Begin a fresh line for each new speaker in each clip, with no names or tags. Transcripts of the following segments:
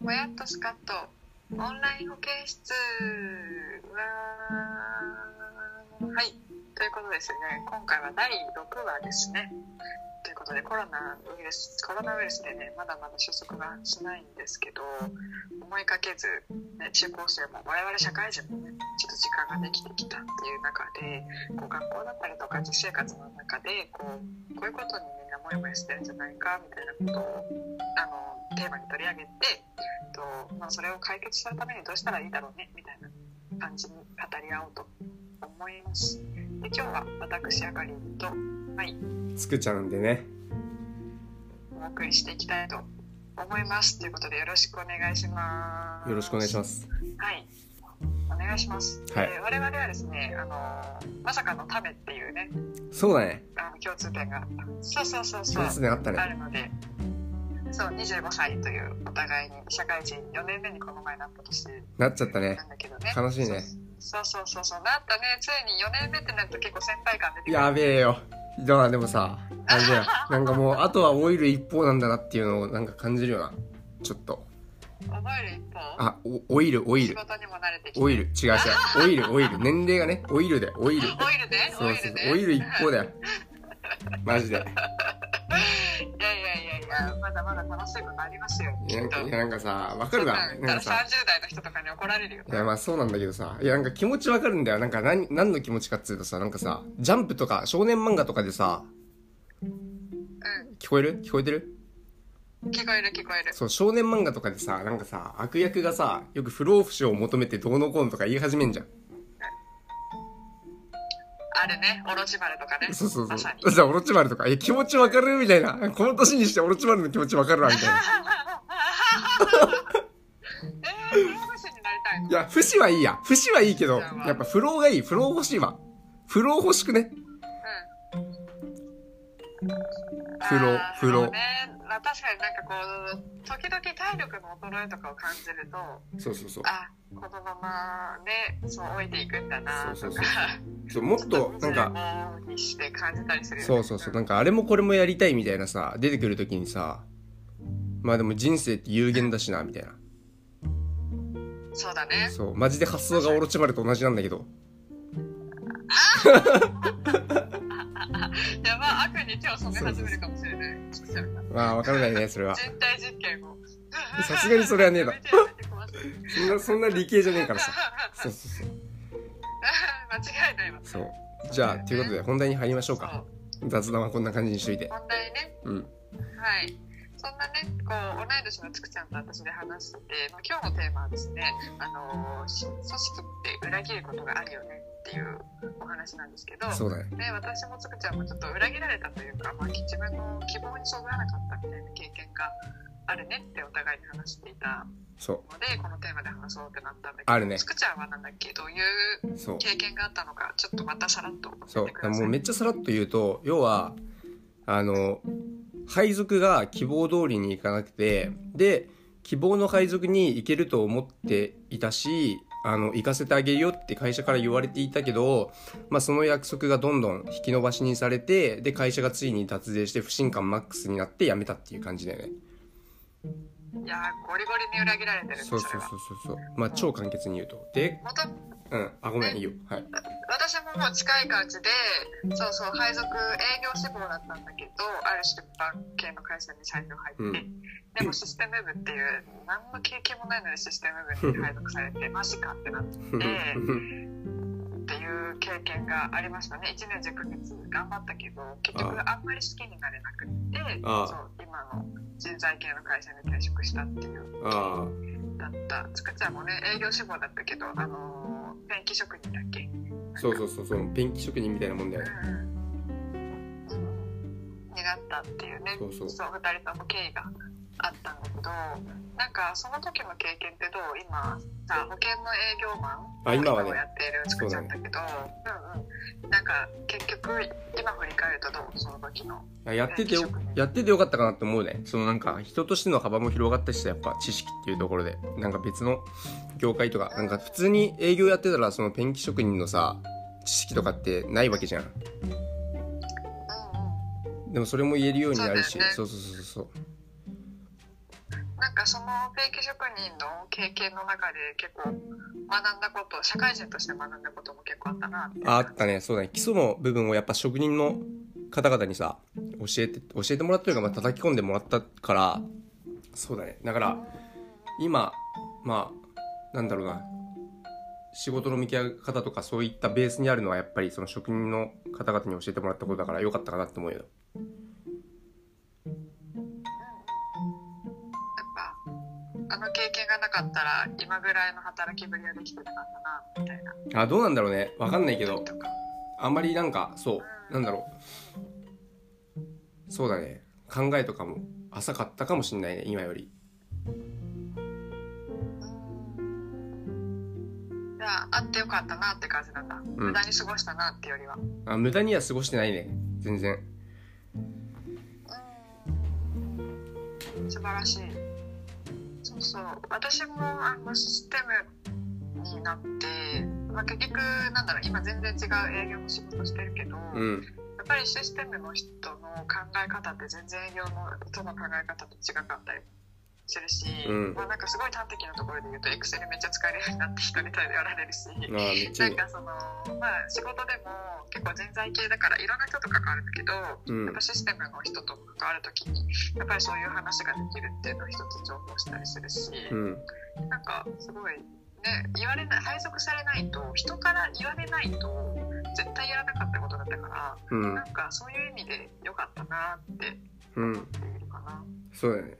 もやっとスカッとオンライン保健室ははいということですね今回は第6話ですねということでコロナウイルスコロナウイルスでねまだまだ収束がしないんですけど思いかけず、ね、中高生も我々社会人もねちょっと時間ができてきたっていう中でこう学校だったりとか実生活の中でこうこういうことにみんなモヤモヤしてるんじゃないかみたいなことをあのテーマに取り上げて、えっとまあ、それを解決するためにどうしたらいいだろうねみたいな感じに語り合おうと思います。で今日は私あかりんと
つくちゃんでね
お送りしていきたいと思いますということでよろしくお願いします。。
よろしくお願いしますす
はい。お願いします。
はい
で我々はですね、あのまさかのためっていうね、
そうだね
あの共通点がそうそうそうそう
共通点あった
あ
ね
るので、そう25歳というお互いに社会人4年目にこの前なった年
なっちゃったね
なんだけどね。
悲しいね
そう。そうそうそうそうなったね。ついに4年目ってなると結構先輩感出てくる。
やべえよじゃあでもさ あれだよなんかもうあとはオイル一方なんだなっていうのをなんか感じるよなちょっと
覚える一方。
あおオイルオイ
仕
ル
事にも慣れてきて。
オイル違う違うオイルオイル年齢がねオイルだよオイル
オイルね。
そ
オ
う
イ
そう
ル
そ
ね。
うオイル一方だよマジ で
いやいやいやいや、まだまだ楽しいことありますよ。
い
き
や
っと
なんかいやなんかさわかるわ
そん
なん
な
か
の
さ
30代の人とかに怒られるよ。
いやまあそうなんだけどさいやなんか気持ちわかるんだよなんか何何の気持ちかっつうとさなんかさジャンプとか少年漫画とかでさ
う
聞こえる聞こえてる
ん。聞こえる聞こえる。
そう少年漫画とかでさなんかさ悪役がさよく不老不死を求めてどうのこうのとか言い始めんじゃん
あるね。オロチマルとかね。
そうそう
まさ に。
そうさオロチマルとかいや気持ちわかるみたいなこの年にしてオロチマルの気持ちわかるわみた いな
えー、不老不死になりたいの
いや不死はいいや不死はいいけどやっぱ不老がいい不老欲しいわ不老欲しくね
うん。
不老
あー
不老
そうね、まあ確かになんかこう時々体力の衰えとかを感じると
そうそうそう
あこのままねそう老いていくんだな
そ
と
う
か
そうそうもっとなんか
かにして感じたりするよね
そうそうそうなんんかあれもこれもやりたいみたいなさ出てくるときにさまあでも人生って有限だしなみたいな
そうだね
そうマジで発想がオロチマルと同じなんだけど
やば悪に手を染め始めるかもしれない
まあわからないねそれは
人体実験を
さすがにそれはねえだ
やめてやめて怖すぎる
そんなそんな理系じゃねえからさそうそうそう
間違いないわ
そうじゃあということで本題に入りましょうか雑談はこんな感じにしといて
問題ね
うん
はいそんなねこう同い年のつくちゃんと私で話してて、まあ、今日のテーマはですねあのーし組織って裏切ることがあるよねっていうお話なんですけど
そうだね
ね、私もつくちゃんもちょっと裏切られたというか、まあ、自分の希望にそぐわなかったみたいな経験があるねってお互いに話していた
そ
のでこのテーマで話そうってなったんだけど
あるね
つくちゃんはなんだっけどういう
うそう
経験があったのかちょっとまたさらっと
そ
教えて
う
く
あ
ださい
もうめっちゃさらっと言うと要はあの配属が希望通りにいかなくてで希望の配属に行けると思っていたしあの行かせてあげるよって会社から言われていたけど、まあ、その約束がどんどん引き延ばしにされてで会社がついに脱税して不信感マックスになって辞めたっていう感じだよね
いやーゴリゴリに裏切られてるね
そう
そ
そ
れ
う
は
そうそうそうまあ超簡潔に言うとで
もと
うんあごめんいいよはい
私ももう近い感じでそうそう配属営業志望だったんだけどある出版系の会社に最初入って、
うん
でもシステム部っていう何の経験もないのにシステム部に配属されてマジかってなってっていう経験がありましたね1年10ヶ月頑張ったけど結局あんまり好きになれなくって
ああ
そう今の人材系の会社に転職したっていう
あ
だったつくちゃんもね営業志望だったけどあのーペンキ職人だっけ
あそうそうそうそうペンキ職人みたいなもんだよね
うんうんになったっていうね
そうそう
2人とも経緯があったんだけどなんかその時の経験ってどう今さ保険の営業マン
あ今はね
をやっている作っちゃんだけどうんうんなんか結局今振り返るとどうその時の
いややっててよやっててよかったかなって思うねそのなんか人としての幅も広がったしさやっぱ知識っていうところでなんか別の業界とかなんか普通に営業やってたらそのペンキ職人のさ知識とかってないわけじゃん
うんうん
でもそれも言えるようになるし
そうだよね
そう,、そうそうそう
ななんかその定期職人の経験の中で結構学んだこと社会人として学んだことも結構あったなって
ああったねそうだね基礎の部分をやっぱ職人の方々にさ教えて教えてもらったというか、まあ叩き込んでもらったからそうだねだから今まあなんだろうな仕事の見極め方とかそういったベースにあるのはやっぱりその職人の方々に教えてもらったことだから良かったかなって思うよ
やっぱあの経験がなかったら今ぐらいの働きぶりはできてなかったなみたいな
あどうなんだろうねわかんないけど
とか
あんまりなんかそうなんだろうそうだね考えとかも浅かったかもしんないね今より
うんじゃああってよかったなって感じなんだ、無駄に過ごしたなってよりはうん
あ無駄には過ごしてないね全然
素晴らしいそうそう私もあのシステムになって、まあ、結局なんだろう今全然違う営業の仕事してるけど、
うん
やっぱりシステムの人の考え方って全然営業の人の考え方と違かったりするし、
うん
まあ、なんかすごい端的なところで言うとエクセルめっちゃ使えるようになって人に対応やられるし。
あーめっち
ない
ゃい
んかその、まあ、仕事でも結構人材系だからいろんな人と関わるんだけど、
うん
やっぱシステムの人と関わるときにやっぱりそういう話ができるっていうのを一つ情報したりするし、
うん
なんかすごいね言われない配属されないと人から言われないと絶対やらなかったことだったから、
うん
なんかそういう意味で良かったなって
うん
言えるかな。
そうだね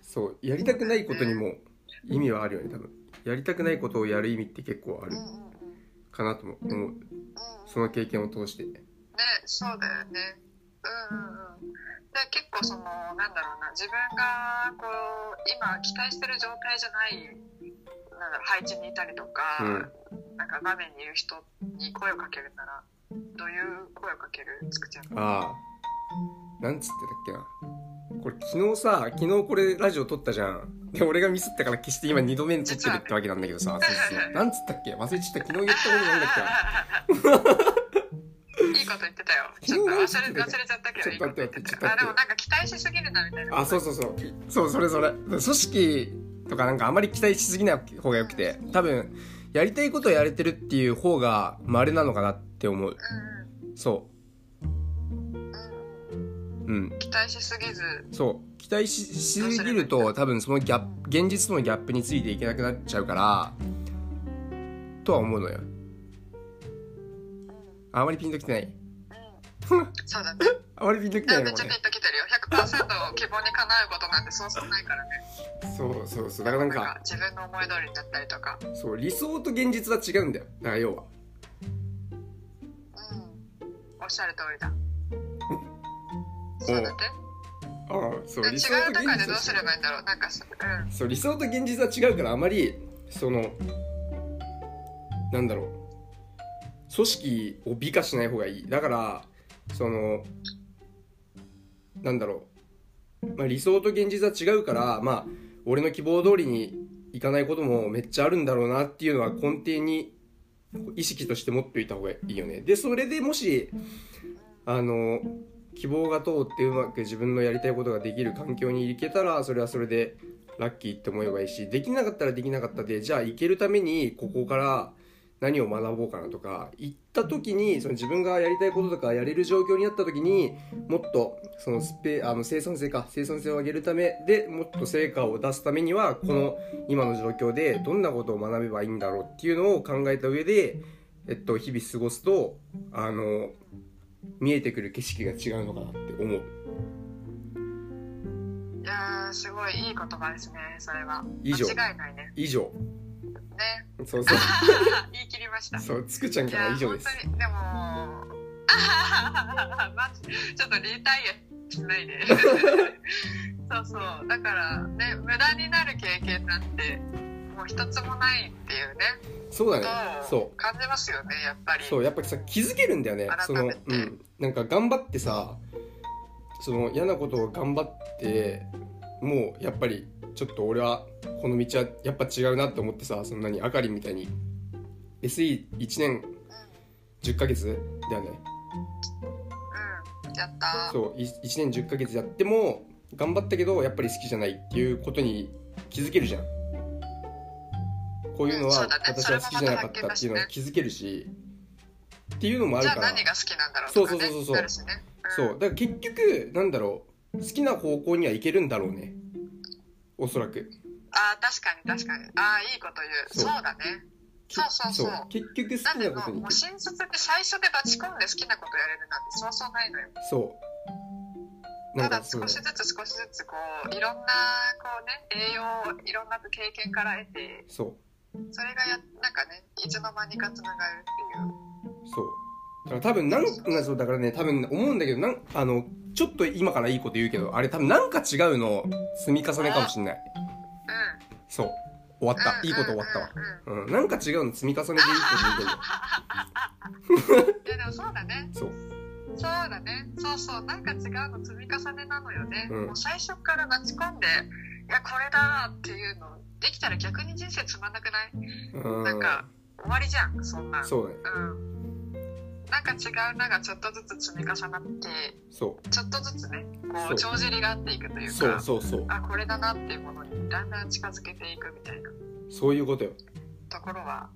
そうやりたくないことにも意味はあるよね多分やりたくないことをやる意味って結構あ
うん
る
うんうんうん
かなとも思うその経験を通して
ね、そうだよね。うんうんうん。で結構そのなんだろうな自分がこう今期待してる状態じゃないなんだろう配置にいたりとか、なんか場面にいる人に声をかけるならどういう声をかけるつくちゃん。
ああなんつってたっけなこれ昨日さ昨日これラジオ撮ったじゃんで俺がミスったから決して今2度目に撮ってるってわけなんだけどさそうそうそうなんつったっけ忘れちゃった昨日言ったことなんだっけない
いこと言ってたよ。 ちょっと忘れ忘れちゃったけどいいこと言ってたよ。あでもなんか期待しすぎるなみたいな。
あそうそうそうそうそれそれ組織とかなんかあまり期待しすぎない方がよくて多分やりたいことをやれてるっていう方がまれなのかなって思う
う
そ
んうんうん。
ううん
期待しすぎず。
そう期待ししすぎると多分そのギャップ現実とのギャップについていけなくなっちゃうからとは思うのよ
うん
あまりピンときてない
うんそうだね。
あまりピンときて
で
な
も
い
めっ
のこ
ちゃピンときてるよ。100%希望にかなうことなんてそうそうないからね。
れそうそうそうだからなんか
自分の思い通りになったりとか。
そう理想と現実は違うんだよだから要は
うん。おっしゃる通りだ。そうだって。
ああそう
で違
理想と
う
現
とかでどうす
実
れ
は
ばいいんだろう。なんかす、うん。
そう理想と現実は違うからあまりそのなんだろう組織を美化しない方がいいだからそのなんだろう、まあ、理想と現実は違うからまあ俺の希望通りにいかないこともめっちゃあるんだろうなっていうのは根底に意識として持っておいた方がいいよねでそれでもしあの希望が通ってうまく自分のやりたいことができる環境に行けたらそれはそれでラッキーって思えばいいしできなかったらできなかったでじゃあ行けるためにここから何を学ぼうかなとか行った時にその自分がやりたいこととかやれる状況になった時にもっとそのスペあの生産性か生産性を上げるためでもっと成果を出すためにはこの今の状況でどんなことを学べばいいんだろうっていうのを考えた上で、えっと、日々過ごすとあの見えてくる景色が違うのかなって思う
いやー、すごいいい言葉ですね、それは。
以上
間違いないね。
以上
ね。
そうそう
言い切りました。
そうつくちゃん
い
か
や
ら
ー
以上です
本当にでもあははははマジちょっとリタイアしない でそうそうだからね無駄になる経験なんてもう一つもないっていうね
そうだね
ことを
そ
感じますよねやっぱり
うそうやっぱさ気づけるんだよねそ
改
の
めて
うんなんか頑張ってさその嫌なことを頑張ってもうやっぱりちょっと俺はこの道はやっぱ違うなって思ってさそんなにあかりみたいに SE1 年10ヶ月だよね
うんやった
そうい1年10ヶ月やっても頑張ったけどやっぱり好きじゃないっていうことに気づけるじゃんこういうの
うんそ
は
うだね
私は好きじゃなかったっていうのは気づけるしっていうのもあ
じ
る
ゃあ
から
何が好きなんだろうとかね
そうそうそうそう
なるしね、ん
そうだから結局なんだろう好きな方向には行けるんだろうねおそらく
あー確かに確かにああいいこと言う
そ
そううだねそうそうそう
結局
な
好
ん
き
で
な
も
ことに
うもう
行ける
新卒で最初でバチコンで好きなことやれるなんてそうそうないのよ
そうな
た
んか
だ
そう
少
だ
し
ね
ずつ少しずつこういろんなこうね栄養をいろんな経験から得て
そう
それがやなんかねいつの間にかつながるっ
そうだから多分なんなんそうだからね多分思うんだけどなんあのちょっと今からいいこと言うけどあれ多分なんか違うの積み重ねかもしんない
て
そう終わっ
いう
た
うん
いいこと終わったわ
うんうんうんうん
うんなんか違うの積み重ねでいいこと言うけど
いやでもそうだね
そう
そうだねそうそうなんか違うの積み重ねなのよね、
うん
もう最初からバチコンでいやこれだーっていうのできたら逆に人生つまんなくないな
うんん
か終わりじゃんそんなん
そうだね
うんなんか違うのがちょっとずつ積み重なって
そ
ちょっとずつね
そ
こ
う
う帳尻が合っていくというう
そう
か
そうそう
あこれだなっていうものにだんだん近づけていくみたいな
そういうことよ
ところは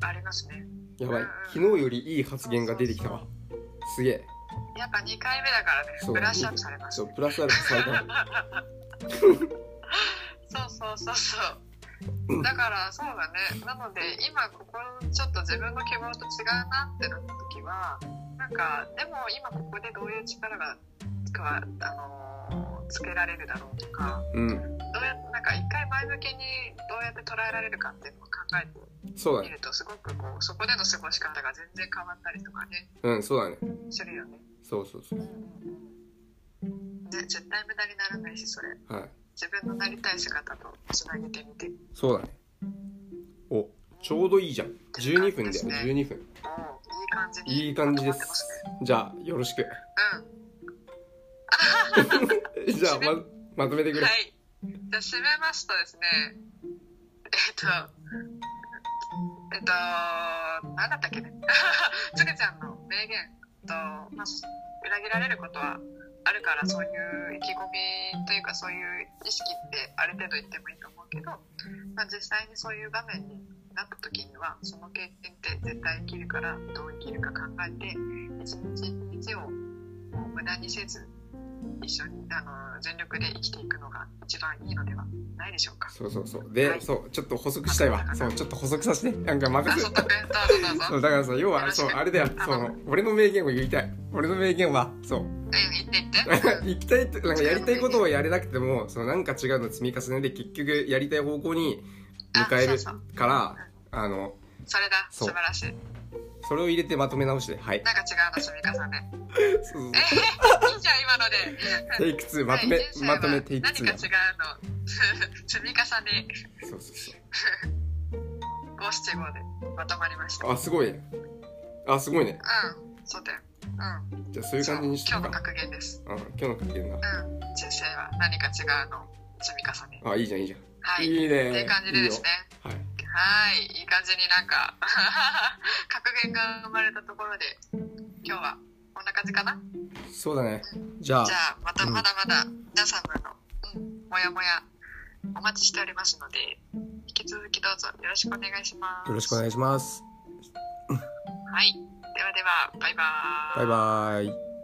ありますね
やばい
うんうん
昨日よりいい発言が出てきたわすげえ
やっぱ2回目だからね
そう
ブラッシュアップされます
そう
ね
プラスアルファ最大
そうそうそうそう。だからそうだね。なので今ここちょっと自分の希望と違うなってなった時は、なんかでも今ここでどういう力がかあのーつけられるだろうとか、
うん
どうやなんか一回前向きにどうやって捉えられるかっていうのを考えて
そうだ
み
ね
るとすごくこうそこでの過ごし方が全然変わったりとかね
うんそうだね
するよね。
そうそうそう
うんうんうんね絶対無駄にならないしそれ
はい
自分のなりたい姿とつなげてみて。
そうだねおちょうどいいじゃん12分だ
いい感じで
よ
すね
12分
おーいい感じに
いい感じで
まとま
す
ってますね
じゃあよろしくじゃあままとめて
う
く
ん。
れ
はい。じゃあ、締めますとですね、えっと、えっと、なんだったっけね。 つぐちゃんの名言と、まあ、裏切られることはあるから、そういう意気込みというか、そういう意識ってある程度言ってもいいと思うけど、まあ、実際にそういう場面になった時には、その経験って絶対生きるから、どう生きるか考えて、一日一日をもう無駄にせず、一緒にあの全力で生きていくのが一番いいのではないでしょうか。
そうそうそうで、
はい
そうちょっと補足したいわそうちょっと補足させてなんか
あ、
任
そ
せ
う、どうぞ
そ
どうぞ。
うだからさ要
よ
は
ろし
そう
く
あれだよそ
あ
の俺の名言を言いたい俺の名言はそう
う ん、言って言って。
行きたいってなんかやりたいことをやれなくてもそのなんか違うの積み重ねで結局やりたい方向に向かえ
あ
る
そうそう
からあの
それだ、
そう
素晴らしい。
それを入れてまとめ直してはい
なんか違うの積み重ね。
そうそう
え
そ
ー、いいじゃん、今ので。
うテイク2まとめ
はい人生は
まとめテイク
何
2
か違
だ
うの
そ
積み重ね
うそうそう
五七五でまとまりました。うん、
あすごいねあすごいね
そうだよ。うん、
じゃあそういう感じにして
そう
か
今日の格言です。
うん今日の書けるな
うん、人生は何か違うの積み重ね。
あいいじゃんいいじゃん、
はい。
いいね
っていう感じでですね。
いいよはい
はい、いい感じになんか 格言が生まれたところで今日はこんな感じかな。
そうだねじゃあ
じゃあまた
うん
まだまだ皆様の、うん、もやもやお待ちしておりますので引き続きどうぞよろしくお願いします。
よろしくお願いします
はい、ではではバイバーイ。
バイバーイ